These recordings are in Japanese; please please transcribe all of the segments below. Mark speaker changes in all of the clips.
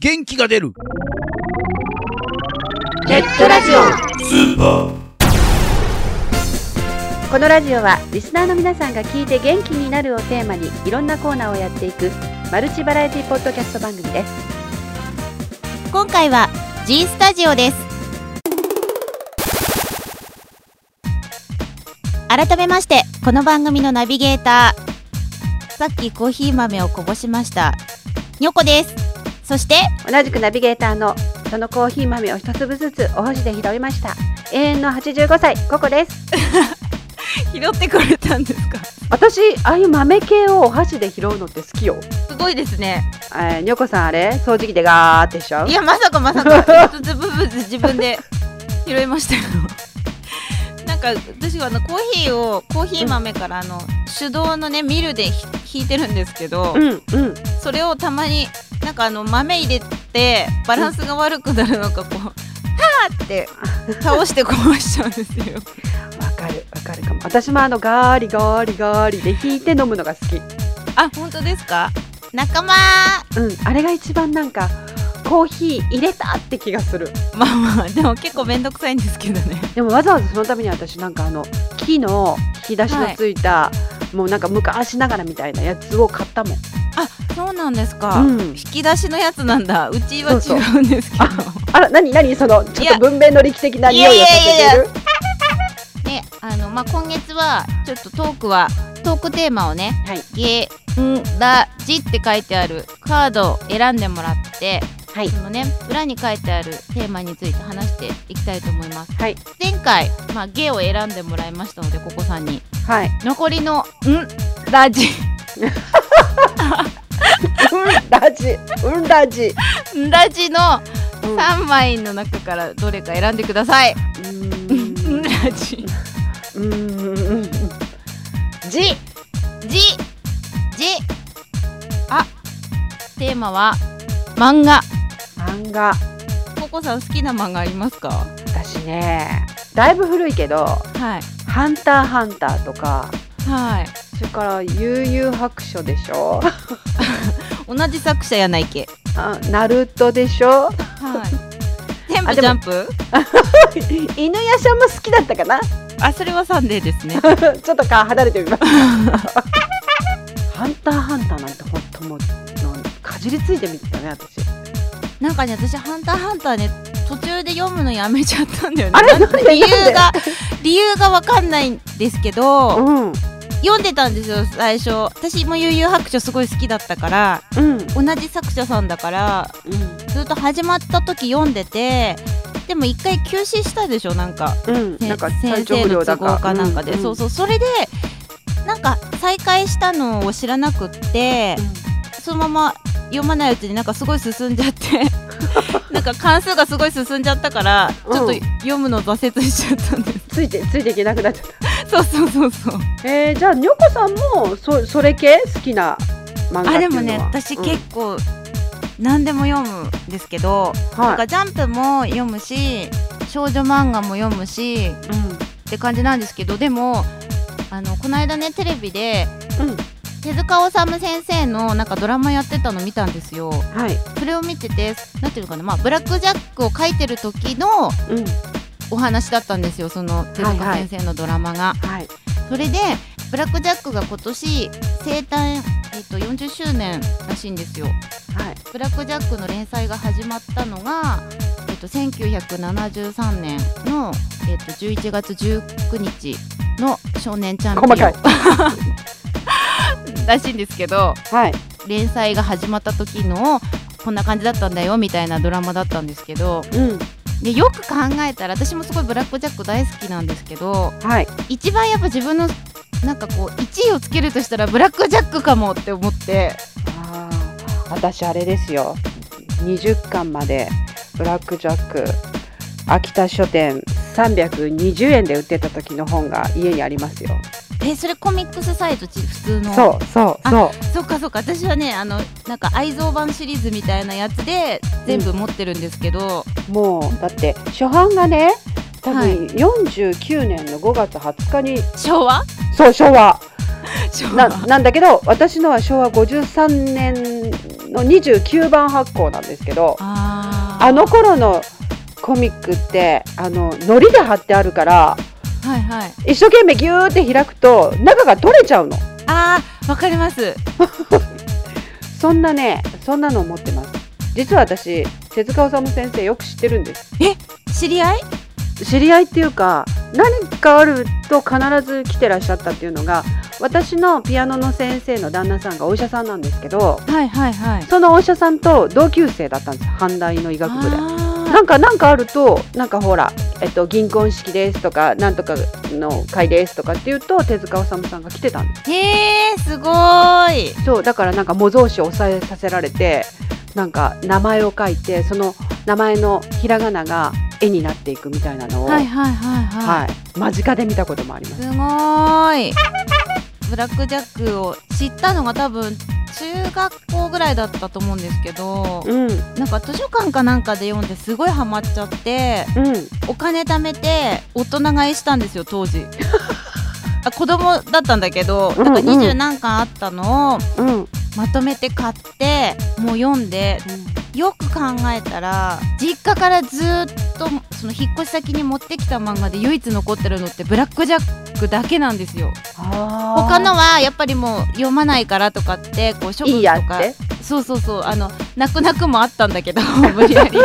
Speaker 1: 元気が出る
Speaker 2: ネットラジオこのラジオはリスナーの皆さんが聞いて元気になるをテーマにいろんなコーナーをやっていくマルチバラエティポッドキャスト番組です
Speaker 3: 今回は G スタジオです改めましてこの番組のナビゲーターさっきコーヒー豆をこぼしましたにょこですそして
Speaker 2: 同じくナビゲーターのそのコーヒー豆を一粒ずつお箸で拾いました永遠の85歳ココです
Speaker 3: 拾ってくれたんですか
Speaker 2: 私ああいう豆系をお箸で拾うのって好きよ
Speaker 3: すごいですね
Speaker 2: えー、にょこさんあれ掃除機でガーってしちゃう
Speaker 3: いやまさかまさかブツブツブツ自分で拾いましたよなんか私はあのコーヒーをコーヒー豆からあの手動のねミルでひ引いてるんですけど、
Speaker 2: うんうん
Speaker 3: それをたまになんかあの豆入れてバランスが悪くなるのかこう、はあって倒してこぼしちゃうんですよ
Speaker 2: わかるわかるかも私もあのガーリガーリガーリで引いて飲むのが好き
Speaker 3: あ本当ですか仲間
Speaker 2: うん、あれが一番なんかコーヒー入れたって気がする
Speaker 3: まあまあでも結構めんどくさいんですけどね
Speaker 2: でもわざわざそのために私なんかあの木の引き出しのついた、もうなんか昔ながらみたいなやつを買ったもん
Speaker 3: あそうなんですか、
Speaker 2: うん
Speaker 3: 引き出しのやつなんだうちは
Speaker 2: そう
Speaker 3: 違うんですけど
Speaker 2: あら何何その
Speaker 3: い
Speaker 2: ちょ
Speaker 3: や
Speaker 2: っと文明の力的ない匂
Speaker 3: やい
Speaker 2: い
Speaker 3: や
Speaker 2: をさ
Speaker 3: いやいや
Speaker 2: せてる
Speaker 3: ねあのまあ今月はちょっとトークはトークテーマをね
Speaker 2: はい
Speaker 3: 「ゲンダジ」って書いてあるカードを選んでもらって
Speaker 2: はい
Speaker 3: そのね裏に書いてあるテーマについて話していきたいと思います
Speaker 2: はい
Speaker 3: 前回、まあ、ゲを選んでもらいましたのでここさんに
Speaker 2: はい
Speaker 3: 残りの「んラジ」
Speaker 2: うんラジうんラジ、
Speaker 3: んラジの
Speaker 2: うん、
Speaker 3: 3枚の中からどれか選んでください。 ん
Speaker 2: う
Speaker 3: ラジ
Speaker 2: ーんうーん
Speaker 3: じじじあテーマは漫画
Speaker 2: 漫画
Speaker 3: ここさん好きな漫画ありますか
Speaker 2: 私ねだいぶ古いけど
Speaker 3: はい
Speaker 2: 「ハンターハンター」とか
Speaker 3: はい
Speaker 2: それから「悠々白書」でしょ
Speaker 3: 同じ作者やないけ
Speaker 2: あナルトでしょ
Speaker 3: はいテン
Speaker 2: あ
Speaker 3: プ
Speaker 2: で
Speaker 3: ジ
Speaker 2: も
Speaker 3: ャンプ
Speaker 2: 犬屋さんも好きだったかな
Speaker 3: あそれはサンデーですね
Speaker 2: ちょっと顔離れてみますハンターハンターなんて本当もうなんかじりついて見てたね私
Speaker 3: なんかね私ハンターハンターね途中で読むのやめちゃったんだよね
Speaker 2: あれ
Speaker 3: なんか
Speaker 2: なんで
Speaker 3: 理由が理由がわかんないんですけど、
Speaker 2: うんうん
Speaker 3: 読んでたんですよ最初私も悠々白書すごい好きだったから
Speaker 2: うん
Speaker 3: 同じ作者さんだからずっと始まった時読んでてでも一回休止したでしょなんか
Speaker 2: うん
Speaker 3: せ
Speaker 2: なんか
Speaker 3: 先
Speaker 2: 体調
Speaker 3: 生
Speaker 2: 不
Speaker 3: の
Speaker 2: 良
Speaker 3: 都
Speaker 2: だ
Speaker 3: 合かなんかで、
Speaker 2: ん
Speaker 3: そうそうそれでなんか再開したのを知らなくって、そのまま読まないうちになんかすごい進んじゃって なんか関数がすごい進んじゃったからちょっと
Speaker 2: うん
Speaker 3: 読むの挫折しちゃったんです、
Speaker 2: ついてついていけなくなっちゃった
Speaker 3: そうそうそうそう
Speaker 2: えー、じゃあにょこさんもそそれ系好きな漫画っ
Speaker 3: あ
Speaker 2: てい
Speaker 3: で
Speaker 2: うのは
Speaker 3: もね私結構何でも読むんですけど、
Speaker 2: 構、うん
Speaker 3: なん
Speaker 2: は
Speaker 3: か
Speaker 2: い
Speaker 3: ジャンプも読むし少女漫画も読むしって感じなんですけどでもあのこの間ねテレビで、
Speaker 2: うん
Speaker 3: 手塚治虫先生のなんかドラマやってたの見たんですよ
Speaker 2: うん、はい、
Speaker 3: それを見ててなんていうのかな、まあ、ブラック・ジャックを書いてる時の
Speaker 2: うん、
Speaker 3: お話だったんですよその手
Speaker 2: はい
Speaker 3: 塚
Speaker 2: はい
Speaker 3: 先生のドラマが。
Speaker 2: はい、
Speaker 3: それでブラック・ジャックが今年生誕、えっと40周年らしいんですよ。
Speaker 2: はい、
Speaker 3: ブラック・ジャックの連載が始まったのが、えっと、1973年の、えっと、11月19日の「少年チャンピオン」
Speaker 2: 細
Speaker 3: らしいんですけど
Speaker 2: はい、
Speaker 3: 連載が始まった時のこんな感じだったんだよみたいなドラマだったんですけど
Speaker 2: うん、
Speaker 3: でよく考えたら私もすごいブラック・ジャック大好きなんですけど
Speaker 2: はい、
Speaker 3: 一番やっぱ自分のなんかこう1位をつけるとしたらブラック・ジャックかもって思って
Speaker 2: ああ、私あれですよ。20巻までブラックジャック秋田書店320円で売ってた時の本が家にありますよ。
Speaker 3: えそれコミックスサイズち普通の
Speaker 2: そうそうそ
Speaker 3: そっかそっか私はねあのなんか愛蔵版シリーズみたいなやつで全部持ってるんですけど、
Speaker 2: う。もうだって初版がね、多
Speaker 3: はい
Speaker 2: 分49年の5月20日に、
Speaker 3: 昭和
Speaker 2: そう昭和
Speaker 3: 昭和
Speaker 2: ななんだけど私のは昭和53年の29番発行なんですけど
Speaker 3: あー
Speaker 2: あの頃のコミックってあの糊で貼ってあるから
Speaker 3: はいはい
Speaker 2: 一生懸命ギューって開くと中が取れちゃうの
Speaker 3: あーわかります
Speaker 2: そんなねそんなのを持ってます実は私手塚治虫先生よく知ってるんです
Speaker 3: 知り合い
Speaker 2: 知り合いっていうか何かあると必ず来てらっしゃったっていうのが私のピアノの先生の旦那さんがお医者さんなんですけど
Speaker 3: はいはいはい
Speaker 2: そのお医者さんと同級生だったんです阪大の医学部で。な
Speaker 3: あ
Speaker 2: んかなんかあるとなんかほら、えっと、銀婚式ですとかなんとかの会ですとかっていうと手塚治虫さんが来てたんです
Speaker 3: ーへえすごーい
Speaker 2: そうだからなんか模造紙を押さえさせられてなんか名前を書いてその名前のひらがなが絵になっていくみたいなのを、
Speaker 3: はいはいはいはい、
Speaker 2: はい、間近で見たこともあります
Speaker 3: すごーいブラックジャックを知ったのが多分中学校ぐらいだったと思うんですけど
Speaker 2: うんうん
Speaker 3: なんか図書館かなんかで読んですごいハマっちゃってお金貯めて大人買いしたんですよ 当時あ子供だったんだけどなんか
Speaker 2: うんうん
Speaker 3: 二十何巻あったのを
Speaker 2: うん
Speaker 3: まとめて買ってもう読んでよく考えたら実家からずーっとその引っ越し先に持ってきた漫画で唯一残ってるのって「ブラック・ジャック」だけなんですよ。他
Speaker 2: 他
Speaker 3: のはやっぱりもう読まないからとかってこう処
Speaker 2: い
Speaker 3: 分
Speaker 2: いやっ
Speaker 3: とか
Speaker 2: て
Speaker 3: そうそうそうあの泣く泣くもあったんだけど 無理やり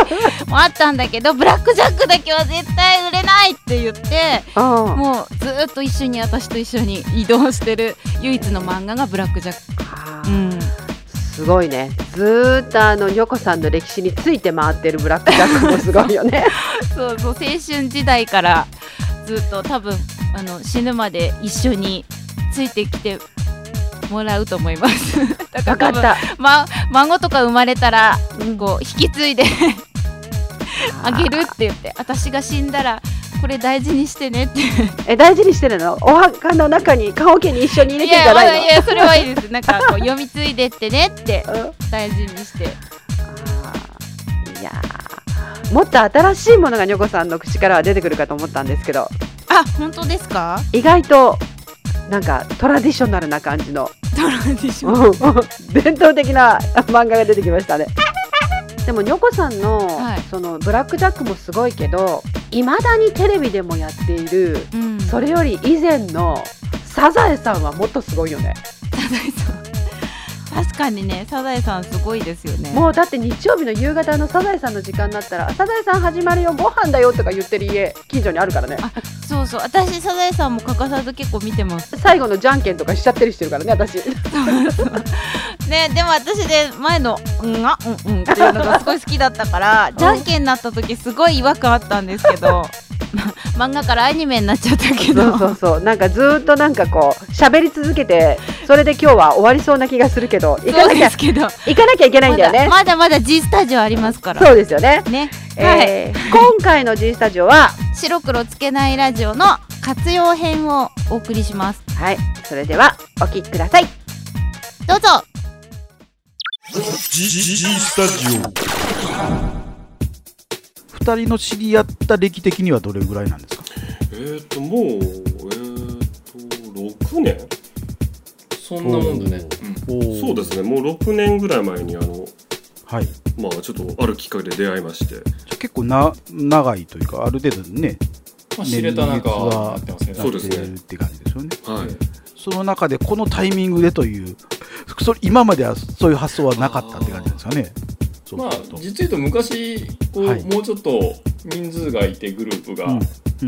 Speaker 3: もあったんだけどブラックジャックだけは絶対売れないって言って
Speaker 2: うん
Speaker 3: もうずっと一緒に私と一緒に移動してる唯一の漫画がブラックジャック。
Speaker 2: あ
Speaker 3: う
Speaker 2: ー
Speaker 3: ん、
Speaker 2: すごいねずーっとあのニョコさんの歴史について回ってるブラックジャックもすごいよ ね
Speaker 3: そうそう青春時代からずっと多分あの死ぬまで一緒についてきてもらうと思い ます。だ
Speaker 2: 分か
Speaker 3: 多
Speaker 2: っ
Speaker 3: 分
Speaker 2: た
Speaker 3: ま孫とか生まれたらこう引き継いであげる
Speaker 2: あ
Speaker 3: っ
Speaker 2: ー
Speaker 3: て言って私が死んだらこれ大事にしてね って
Speaker 2: え大事にしてるのお墓の中に棺桶に一緒に入れ
Speaker 3: い
Speaker 2: てんじ
Speaker 3: や
Speaker 2: ゃ
Speaker 3: ま
Speaker 2: な
Speaker 3: だ
Speaker 2: い
Speaker 3: い
Speaker 2: の
Speaker 3: やそれはいい ですなんかこう読み継いでってねって
Speaker 2: うん
Speaker 3: 大事にして
Speaker 2: あーいやーもっと新しいものがニョコさんの口からは出てくるかと思ったんですけど
Speaker 3: あ本当ですか
Speaker 2: 意外となんかトラディショナルな感じ の
Speaker 3: トラディション
Speaker 2: うん伝統的な漫画が出てきましたね。でもニョコさんの,、
Speaker 3: はい
Speaker 2: そのブラック・ジャックもすごいけどいまだにテレビでもやっている
Speaker 3: うん
Speaker 2: それより以前のサザエさんはもっとすごいよね。
Speaker 3: サザエさん確かにねサザエさんすごいですよね
Speaker 2: もうだって日曜日の夕方のサザエさんの時間になったら「サザエさん始まるよご飯だよ」とか言ってる家近所にあるからね
Speaker 3: あそうそう私サザエさんも欠かさず結構見てます
Speaker 2: 最後のじゃんけんとかしちゃってるしてるからね私
Speaker 3: ねでも私で前の「うんあうんうん」っていうのがすごい好きだったから じゃんけんになった時すごい違和感あったんですけ どま漫画からアニメになっちゃったけ
Speaker 2: そ
Speaker 3: ど
Speaker 2: うそうそうなんかずーっとなんかこう喋り続けてそれで今日は終わりそうな気がするけど行かな
Speaker 3: そう
Speaker 2: き
Speaker 3: で
Speaker 2: ゃ
Speaker 3: すけど
Speaker 2: 行かなきゃいけないんだよね。
Speaker 3: まだまだ G スタジオありますから
Speaker 2: そうですよね。
Speaker 3: ねはい
Speaker 2: えー今回の G スタジオは、
Speaker 3: 白黒つけないラジオの活用編をお送りします
Speaker 2: はい、それではお聴きください。
Speaker 3: どうぞ
Speaker 1: G, G, G スタジオ2人の知り合った歴的にはどれぐらいなんですか
Speaker 4: えーっ、ともうえーっ、と6年
Speaker 5: そんなもんだね。
Speaker 4: そうですすねもう6年ぐらい前にあの
Speaker 1: はいじゃ
Speaker 4: まあちょっとあるきっかけで出会いまして
Speaker 1: あ結構な長いというかある程度ね
Speaker 5: まあ、知れた中は合ってますね。
Speaker 4: そうですね
Speaker 1: やってるって感じですよね
Speaker 4: はい、
Speaker 1: その中でこのタイミングでというそれ今まではそういう発想はなかったって感じなんですかねそう
Speaker 5: まあ
Speaker 1: すると、
Speaker 5: 実を言うと昔こう、
Speaker 1: はい
Speaker 5: もうちょっと人数がいてグループが、
Speaker 1: うん
Speaker 5: ま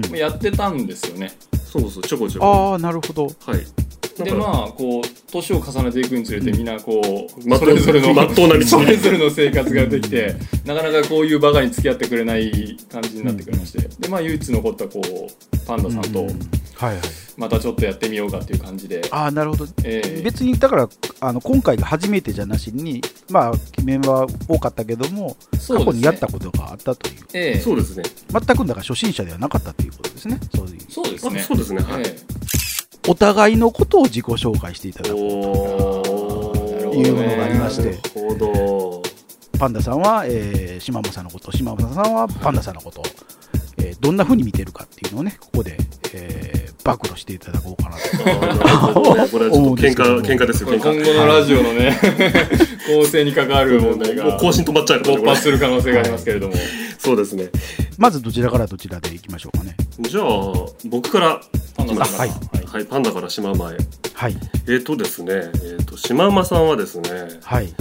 Speaker 1: うん
Speaker 5: あやってたんですよね。
Speaker 4: そうそうちょこちょこ
Speaker 1: ああなるほど
Speaker 4: はい
Speaker 5: でまあこう年を重ねていくにつれて
Speaker 1: うん
Speaker 5: みんなこう、
Speaker 4: まっ
Speaker 5: そ
Speaker 4: とう
Speaker 5: れぞれの
Speaker 4: まっとうな道に
Speaker 5: それぞれの生活ができてなかなかこういう場がに付き合ってくれない感じになってくれまして、でまあ唯一残ったこうパンダさん
Speaker 1: う
Speaker 5: と
Speaker 1: んはいはい
Speaker 5: またちょっとやってみようかっていう感じで、
Speaker 1: ああなるほど
Speaker 5: えー
Speaker 1: 別にだからあの今回が初めてじゃなしにまあメンバー多かったけども
Speaker 5: そう
Speaker 1: 過去
Speaker 5: です
Speaker 1: に
Speaker 5: ね
Speaker 1: やったことがあったという
Speaker 5: ええ
Speaker 4: そうですね
Speaker 1: 全くだから初心者ではなかったということですねそういう
Speaker 5: そうです
Speaker 4: あ
Speaker 5: ね。
Speaker 4: そうですねはい、
Speaker 5: ええ
Speaker 1: お互いのことを自己紹介していただく
Speaker 4: おお
Speaker 5: あーなるほどねいうも
Speaker 1: のがありまして
Speaker 4: なるほど
Speaker 1: パンダさんは、えー、島本さんのこと島本さんはパンダさんのこと、えーどんなふうに見てるかっていうのをねここで、えー暴露していただこうかなと。
Speaker 4: これはち ょっと喧嘩喧嘩ですよ
Speaker 5: これ
Speaker 4: 喧
Speaker 5: 今
Speaker 4: 嘩
Speaker 5: 後のラジオの ね構成に関わる問題
Speaker 4: も
Speaker 5: が
Speaker 4: う更新止まっちゃうからね
Speaker 5: 勃
Speaker 4: これ
Speaker 5: 発する可能性がありますけれども
Speaker 4: そうですね
Speaker 1: まずどちらからどちらでいきましょうかね。
Speaker 4: じゃあ僕から
Speaker 5: パンダさんから
Speaker 1: は
Speaker 4: はいパンダからシマウマへ
Speaker 1: はい。
Speaker 4: えっ、とですねえっ、とシマウマさんはですね
Speaker 1: はい。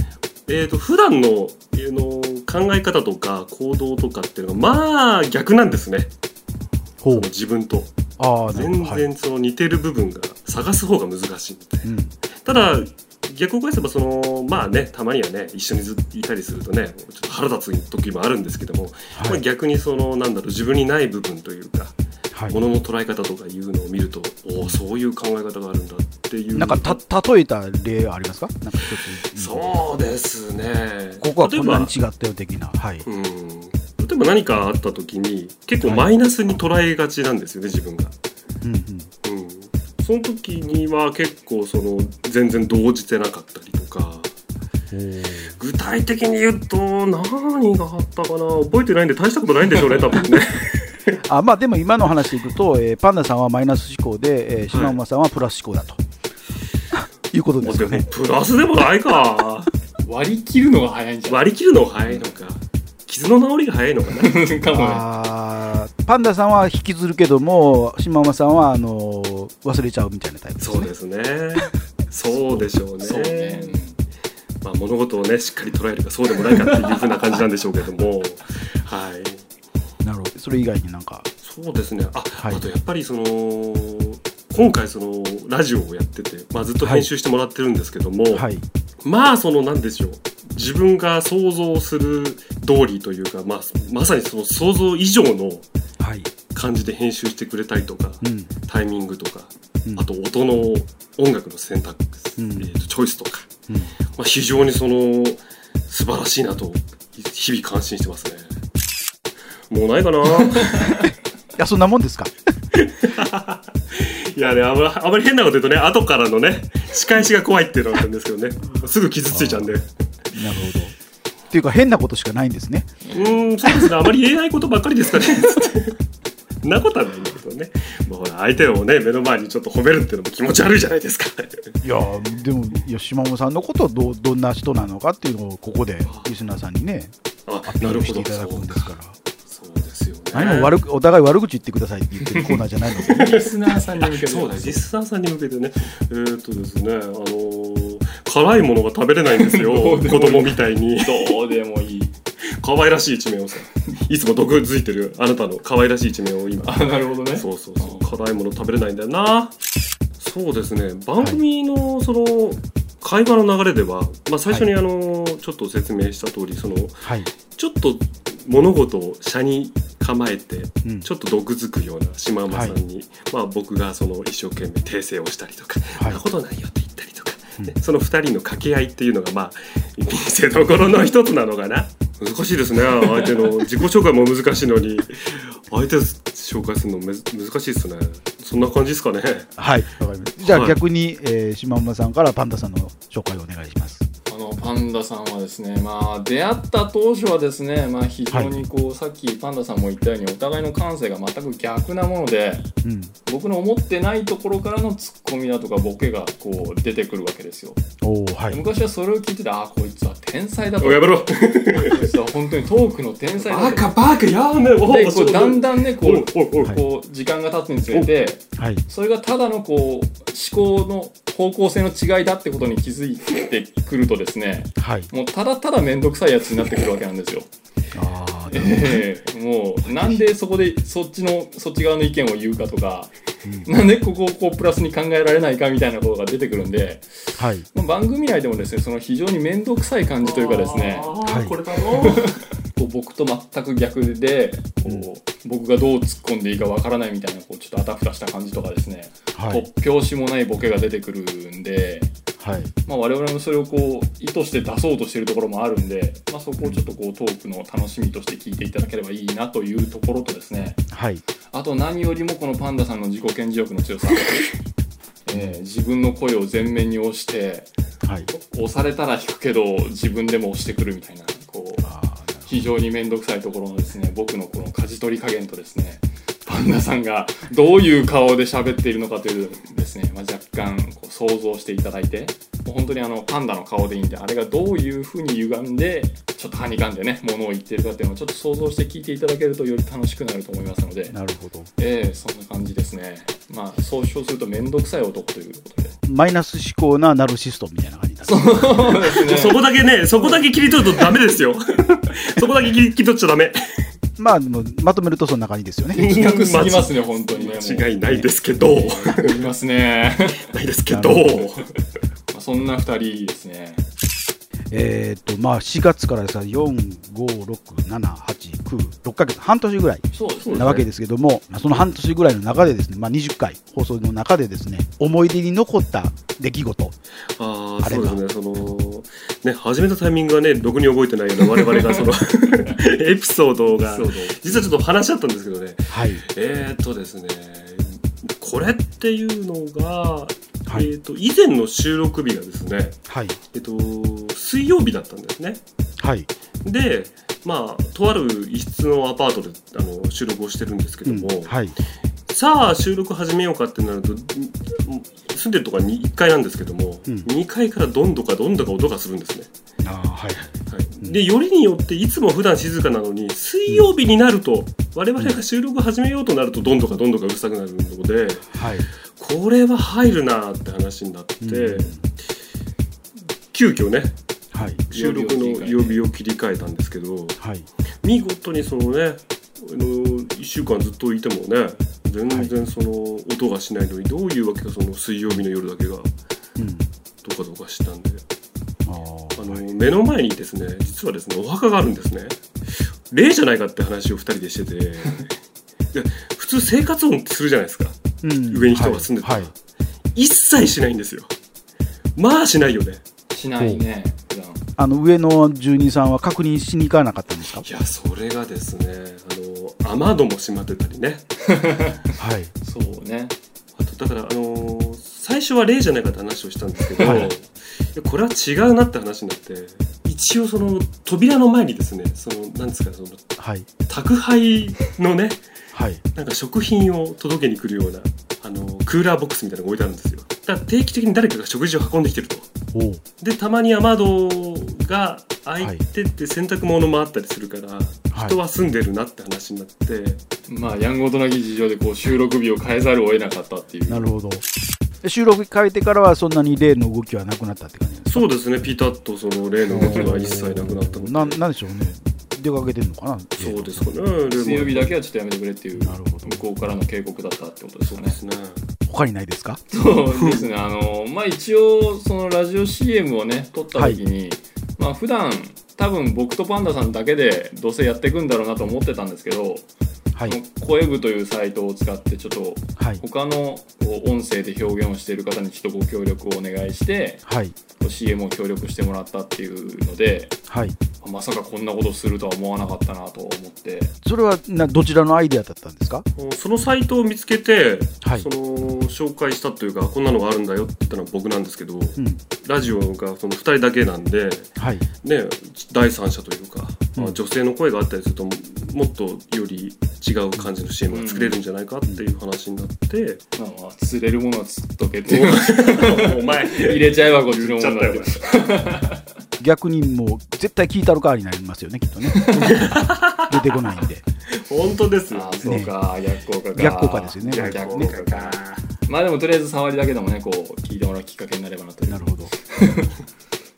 Speaker 4: えっ、と普段のえーの考え方とか行動とかっていうのがまあ逆なんですね
Speaker 1: ほう。
Speaker 4: 自分と
Speaker 1: ああ、なる
Speaker 4: 全
Speaker 1: ほど。はい。
Speaker 4: 然その似てる部分が探す方が難しいみたいな
Speaker 1: うん。
Speaker 4: ただ逆を返せばそのまあねたまにはね一緒にずいたりするとねちょっと腹立つ時もあるんですけども、ま
Speaker 1: は
Speaker 4: あ
Speaker 1: い。
Speaker 4: 逆にそのなんだろう自分にない部分というか、
Speaker 1: はい。
Speaker 4: 物の捉え方とかいうのを見るとおおそういう考え方があるんだっていう
Speaker 1: なんかた、例えた例ありますかなんか一つ。
Speaker 4: そうですね
Speaker 1: ここは
Speaker 4: 例え
Speaker 1: こんな
Speaker 4: ば
Speaker 1: に違ったよ的な。はい。
Speaker 4: うん例えば何かあった時に結構マイナスに捉えがちなんですよね自分が。
Speaker 1: うんうん。
Speaker 4: うんその時には結構その全然動じてなかったりとか具体的に言うと何があったかな覚えてないんで大したことないんでし ょうね多分ね
Speaker 1: あまあでも今の話でいくと、えーパンダさんはマイナス思考で、えー、島馬さんはプラス思考だと、 い、うことですよ
Speaker 4: でも
Speaker 1: ね。
Speaker 4: プラスでもないか
Speaker 5: 割り切るのが早いんじゃない
Speaker 4: 割り切るのが早いのか傷の治りが早いのかな
Speaker 5: かもね
Speaker 1: あーパンダさんは引きずるけども島馬さんはあのー忘れちゃうみたいなタイプです
Speaker 4: そう
Speaker 1: ね
Speaker 4: で。すねそうでしょうね
Speaker 5: そうね
Speaker 4: まあ、物事をねしっかり捉えるかそうでもないかっていうふうな感じなんでしょうけど もはい
Speaker 1: なるほどそれ以外になんか
Speaker 4: そうですねあ、
Speaker 1: はい
Speaker 4: あとやっぱりその今回そのラジオをやってて、まあ、ずっと編集してもらってるんですけども、
Speaker 1: はい
Speaker 4: まあその何でしょう自分が想像する通りというか、まあ、まさにその想像以上の
Speaker 1: はい
Speaker 4: 感じで編集してくれたりとか
Speaker 1: うん
Speaker 4: タイミングとか、
Speaker 1: うん
Speaker 4: あと音の音楽の選択、
Speaker 1: うん
Speaker 4: えーとチョイスとか、
Speaker 1: うん
Speaker 4: まあ、非常にその素晴らしいなと日々感心してますね。もうないかな
Speaker 1: いやそんなもんですか。
Speaker 4: いやねあまあまり変なこと言うとね後からのね仕返しが怖いっていうのがあるんですけどねすぐ傷ついちゃうんで。
Speaker 1: なるほど。 っていうか変なことしかないんですね。
Speaker 4: うーん、そうですね。あまり言えないことばっかりですかね。 そんなことはないんだけどね。まあ、ほら、相手をね、目の前にちょっと褒めるっていうのも気持ち悪いじゃないですか。
Speaker 1: いやーでもいや島馬さんのことをどうどんな人なのかっていうのをここでリスナーさんにね
Speaker 4: あ
Speaker 1: ア、ピ
Speaker 4: な
Speaker 1: ー
Speaker 4: る
Speaker 1: ルし
Speaker 4: ほ
Speaker 1: てい
Speaker 4: ど。
Speaker 1: ただくんですから。
Speaker 4: そうですよね。
Speaker 1: 何も悪くお互い悪口言ってくださいって言ってるコーナーじゃないので。
Speaker 5: リスナーさんに向けて
Speaker 4: そうだ、リスナーさんに向けてね。えっ、とですね、あのー辛いものが食べれないんです よ。
Speaker 5: どう
Speaker 4: 子
Speaker 5: でもい
Speaker 4: 供
Speaker 5: い
Speaker 4: みたいに。
Speaker 5: どうでもいい
Speaker 4: 可愛らしい一面をさ、いつも毒づいてるあなたの可愛らしい一面を今。
Speaker 5: あなるほどね
Speaker 4: そうそうそう辛いもの食べれないんだよなそうですね番組のその、会話の流れでは、まあ、最初にあの、ちょっと説明した通りその
Speaker 1: はい。
Speaker 4: ちょっと物事を車に構えて
Speaker 1: うん
Speaker 4: ちょっと毒づくような島山さんに、まあ、僕がその一生懸命訂正をしたりとか、
Speaker 1: はい
Speaker 4: そんなことないよって言ったりとか、ね
Speaker 1: う
Speaker 4: その2人の掛け合いっていうのがまあ見せどころの一つなのかな難しいですね相手の自己紹介も難しいのに相手を紹介するのむず難しいですねそんな感じですかね
Speaker 1: はい、わかりました。じゃ
Speaker 4: は
Speaker 1: あ
Speaker 4: い
Speaker 1: 逆に、えー、島村さんからパンダさんの紹介をお願いします。
Speaker 5: あのパンダさんはですね、まあ、出会った当初はですね、まあ、非常にこう、さっきパンダさんも言ったようにお互いの感性が全く逆なもので
Speaker 1: うん。
Speaker 5: 僕の思ってないところからのツッコミだとかボケがこう出てくるわけですよ
Speaker 1: おおはい。
Speaker 5: 昔はそれを聞いててああこいつは天才だと
Speaker 4: おやめろ
Speaker 5: こいつは本当にトークの天才だと
Speaker 4: バカやめろ
Speaker 5: でこうだんだんねこ
Speaker 4: おいうおいおい
Speaker 1: はい
Speaker 5: こう時間が経つにつれて
Speaker 1: はい。
Speaker 5: それがただのこう思考の方向性の違いだってことに気づいてくるとですね
Speaker 1: はい。
Speaker 5: もうただただ面倒くさいやつになってくるわけなんですよ。
Speaker 1: ああ、なる
Speaker 5: ええもうなんでそこでそっちのそっち側の意見を言うかとか、
Speaker 1: う
Speaker 5: なんでここをこうプラスに考えられないかみたいなことが出てくるんで、
Speaker 1: ほどはい。
Speaker 5: まあ、番組内でもですねその非常に面倒くさい感じというかですね
Speaker 1: はい
Speaker 4: これだろ
Speaker 5: こう僕と全く逆でこう、
Speaker 1: うん
Speaker 5: 僕がどう突っ込んでいいかわからないみたいなこうちょっとあたふたした感じとかですね、
Speaker 1: はい。
Speaker 5: 突拍子もないボケが出てくるんで。
Speaker 1: はい。
Speaker 5: まあ、我々もそれをこう意図して出そうとしているところもあるんで、まあ、そこをちょっとこうトークの楽しみとして聞いていただければいいなというところとですね
Speaker 1: はい。
Speaker 5: あと何よりもこのパンダさんの自己顕示欲の強 さ、えー自分の声を前面に押して
Speaker 1: はい。
Speaker 5: 押されたら引くけど自分でも押してくるみたいなこう
Speaker 1: ああ、なる
Speaker 5: 非常に面倒くさいところのですね僕のこの舵取り加減とですねパンダさんがどういう顔で喋っているのかというですね、まあ、若干こう想像していただいてもう本当にあのパンダの顔でいいんであれがどういうふうに歪んでちょっとはにかんでねものを言ってるかっていうのをちょっと想像して聞いていただけるとより楽しくなると思いますので、
Speaker 1: なるほど。
Speaker 5: ええそんな感じですねまあ総称すると面倒くさい男ということで
Speaker 1: マイナス思考なナルシストみたいな感じだ。
Speaker 5: そうです ね
Speaker 4: そこだけね、そこだけ切り取るとダメですよ。 そこだけ切り切り取っちゃダメ。
Speaker 1: まあ、でもまとめるとそんな感じですよね。
Speaker 5: 的確すぎます ね本当にねもう
Speaker 4: 間違いないですけど、
Speaker 5: いますね
Speaker 4: ないですけど、
Speaker 1: なる
Speaker 5: まあそんな二人ですね
Speaker 1: えっと、まあ、4月からさ、4、5、6、7、8、9、6ヶ月、半年ぐらい
Speaker 5: そうです
Speaker 1: なわけですけども、まあその半年ぐらいの中でですね、まあ、20回放送の中でですね、思い出に残った出来事。
Speaker 4: あ
Speaker 1: あ
Speaker 4: あ、
Speaker 1: れ
Speaker 4: そ
Speaker 1: だ
Speaker 4: うですね、その、ね、始めたタイミングはね、ろくに覚えてないような我々が、その、エピソードが、実はちょっと話し合ったんですけどね、
Speaker 1: はい。
Speaker 4: えー、っとですね、これっていうのが、
Speaker 1: はい
Speaker 4: えーっと、以前の収録日がですね、
Speaker 1: はい。
Speaker 4: えっと、水曜日だったんですね。
Speaker 1: はい。
Speaker 4: で、まあ、とある一室のアパートであの収録をしてるんですけども、
Speaker 1: うんはい。
Speaker 4: さあ収録始めようかってなるとん住んでるとこはに1階なんですけども、
Speaker 1: うん
Speaker 4: 2階からどんどかどんどか音がするんですね、
Speaker 1: ああ、はい。
Speaker 4: はい
Speaker 1: ん
Speaker 4: でよりによっていつも普段静かなのに水曜日になると我々が収録始めようとなるとどんどかどんどかうるさくなるので
Speaker 1: はい。
Speaker 4: これは入るなって話になって、
Speaker 1: うん
Speaker 4: 急遽ね
Speaker 1: はい。
Speaker 4: 収録の曜日を切り替えたんですけど
Speaker 1: はい。
Speaker 4: 見事にそのねあの1週間ずっといてもね全然その音がしないのにどういうわけかその水曜日の夜だけが
Speaker 1: うん。
Speaker 4: どかどかしてたんで
Speaker 1: あ
Speaker 4: あ
Speaker 1: あ。
Speaker 4: の目の前にですね実はですねお墓があるんですね霊じゃないかって話を2人でして てで普通生活音ってするじゃないですか
Speaker 1: うん
Speaker 4: 上に人が住んでた
Speaker 1: は
Speaker 4: ら
Speaker 1: い。はい
Speaker 4: 一切しないんですよまあしないよね
Speaker 5: しないね普段
Speaker 1: あの、上の住人さんは確認しに行かなかったんですか
Speaker 4: いやそれがですねあの雨戸も閉まってたりね
Speaker 1: はい。
Speaker 5: そうね
Speaker 4: あとだから、あのー最初は例じゃないかって話をしたんですけど、
Speaker 1: はい
Speaker 4: いやこれは違うなって話になって一応その扉の前にですねそのなんですかその
Speaker 1: はい。
Speaker 4: 宅配のね
Speaker 1: はい。
Speaker 4: なんか食品を届けに来るような、あのークーラーボックスみたいなのが置いてあるんですよだから定期的に誰かが食事を運んできてると
Speaker 1: おう。
Speaker 4: でたまに雨戸が開いてって洗濯物もあったりするから、
Speaker 1: はい
Speaker 4: 人は住んでるなって話になって、
Speaker 5: まあやんごとなき事情でこう収録日を変えざるを得なかったっていう
Speaker 1: なるほど。収録変えてからはそんなに例の動きはなくなったって感じです
Speaker 4: そうですねピタッとその例の動きが一切なくなったので
Speaker 1: ななんでしょうね。出かけてるのかな
Speaker 4: そうですかね。
Speaker 5: 水曜日
Speaker 4: だ
Speaker 5: だけはちょっとやめてくれっていう
Speaker 1: なるほど
Speaker 5: 向こうからの警告だったってことですよね
Speaker 4: ですね。
Speaker 1: 他にないですか
Speaker 5: そうですね、あの、まあ、一応、そのラジオ CM をね、撮った時に、まあ、普段、多分僕とパンダさんだけでどうせやっていくんだろうなと思ってたんですけど、
Speaker 1: はい
Speaker 5: こ。の声部というサイトを使ってちょっと
Speaker 1: はい。
Speaker 5: 他のこう音声で表現をしている方にちょっとご協力をお願いして
Speaker 1: はい。
Speaker 5: こう CM を協力してもらったっていうので
Speaker 1: はい。
Speaker 5: まさかこんなことするとは思わなかったなと思って
Speaker 1: それはなどちらのアイデアだったんですか
Speaker 4: そのサイトを見つけて、
Speaker 1: はい
Speaker 4: その紹介したというかこんなのがあるんだよって言ったのは僕なんですけど、
Speaker 1: うん。
Speaker 4: ラジオがその2人だけなんで、
Speaker 1: はい。
Speaker 4: ね、第三者というか、
Speaker 1: うん
Speaker 4: まあ女性の声があったりするともっとより違う感じの CM が作れるんじゃないかっていう話になって、
Speaker 5: まあまあ釣れるものは釣っとけって お前入れちゃえばこっちのもんだって
Speaker 4: 言っち
Speaker 1: 逆にもう絶対聞いたるかになりますよね、きっとね。出てこないんで。
Speaker 4: 本当です
Speaker 5: ああそうか、逆効果か
Speaker 1: 逆効果ですよね
Speaker 5: 逆
Speaker 4: 逆
Speaker 5: 効
Speaker 4: 効
Speaker 5: 果
Speaker 4: 果
Speaker 5: か
Speaker 4: か
Speaker 5: まあでもとりあえず触りだけでもねこう聞いてもらうきっかけになればなという
Speaker 1: なるほど。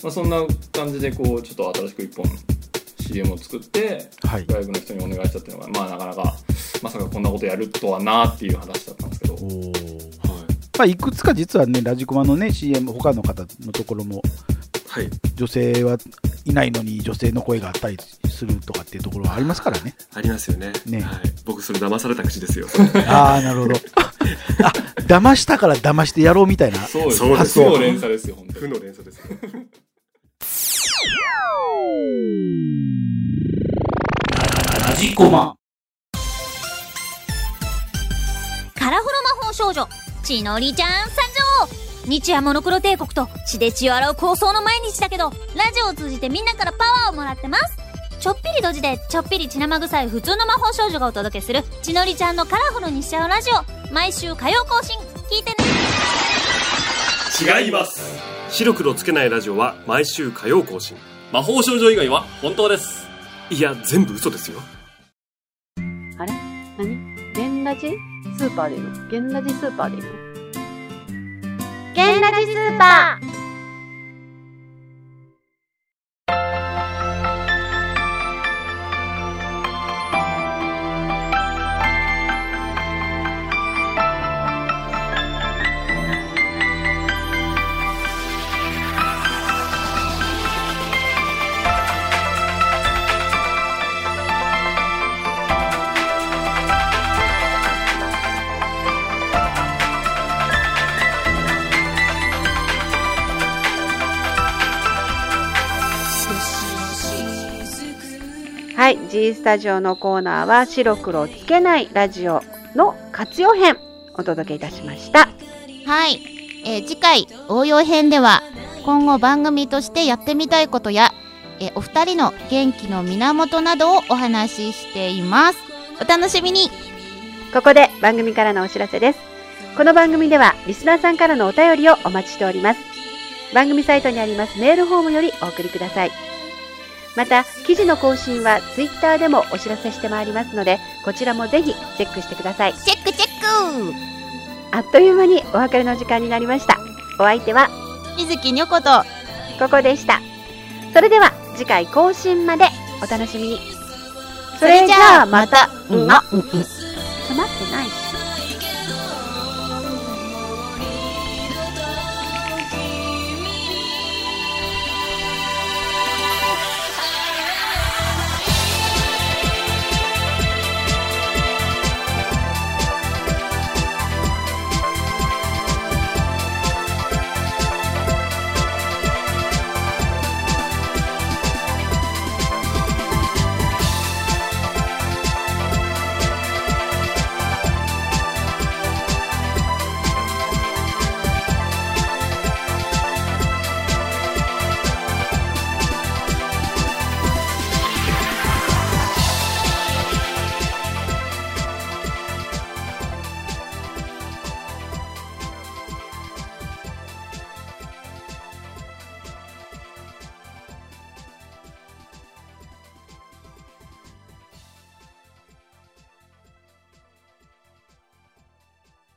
Speaker 5: まあ、そんな感じでこうちょっと新しく一本 CM を作って
Speaker 1: はい。
Speaker 5: 外部の人にお願いしたっていうのがまあなかなかまさかこんなことやるとはなっていう話だったんですけど
Speaker 1: おー
Speaker 4: は
Speaker 1: まあ、いくつか実はね、ラジコマのね、CM、他の方のところも、
Speaker 4: い、はい、
Speaker 1: 女性はいないのに女性の声があったりするとかっていうところはありますからね。
Speaker 4: ありますよね
Speaker 1: ね
Speaker 4: はい、僕それ騙された口ですよ
Speaker 1: ああ、なるほど。あ、騙したから騙してやろうみたいな。
Speaker 5: そうです
Speaker 4: そうです
Speaker 5: そう連鎖ですよ本当
Speaker 4: 負
Speaker 5: に
Speaker 4: の連鎖ですよ
Speaker 6: カラフル魔法少女ちのりちゃん参上日夜モノクロ帝国と血で血を洗う構想の毎日だけどラジオを通じてみんなからパワーをもらってますち
Speaker 7: ちょっぴりドジでちょっぴり血生臭い普通の魔法少女がお届けするちのりちゃんのカラフルにしちゃうラジオ毎週火曜更新聞いてね
Speaker 5: 違います
Speaker 4: 白黒つけないラジオは毎週火曜更新
Speaker 5: 魔法少女以外は本当です
Speaker 4: いや全部嘘ですよ
Speaker 2: あれ何ゲンラジスーパーでいいのゲンラジスーパーでいいの
Speaker 3: ゲンラジスーパー
Speaker 2: はい、G スタジオのコーナーは白黒つけないラジオの活用編お届けいたしました。
Speaker 3: はい、えー次回応用編では今後番組としてやってみたいことや、えーお二人の元気の源などをお話ししていますお楽しみに
Speaker 2: ここで番組からのお知らせです。この番組ではリスナーさんからのお便りをお待ちしております。番組サイトにありますメールフォームよりお送りください。また、記事の更新は Twitter でもお知らせしてまいりますので、こちらもぜひチェックしてください。
Speaker 3: チェックチェック
Speaker 2: あっという間にお別れの時間になりました。お相手は
Speaker 8: 水木にょこと
Speaker 2: ここでした。それでは次回更新までお楽しみに。それじゃあまた、うま、うまってないし。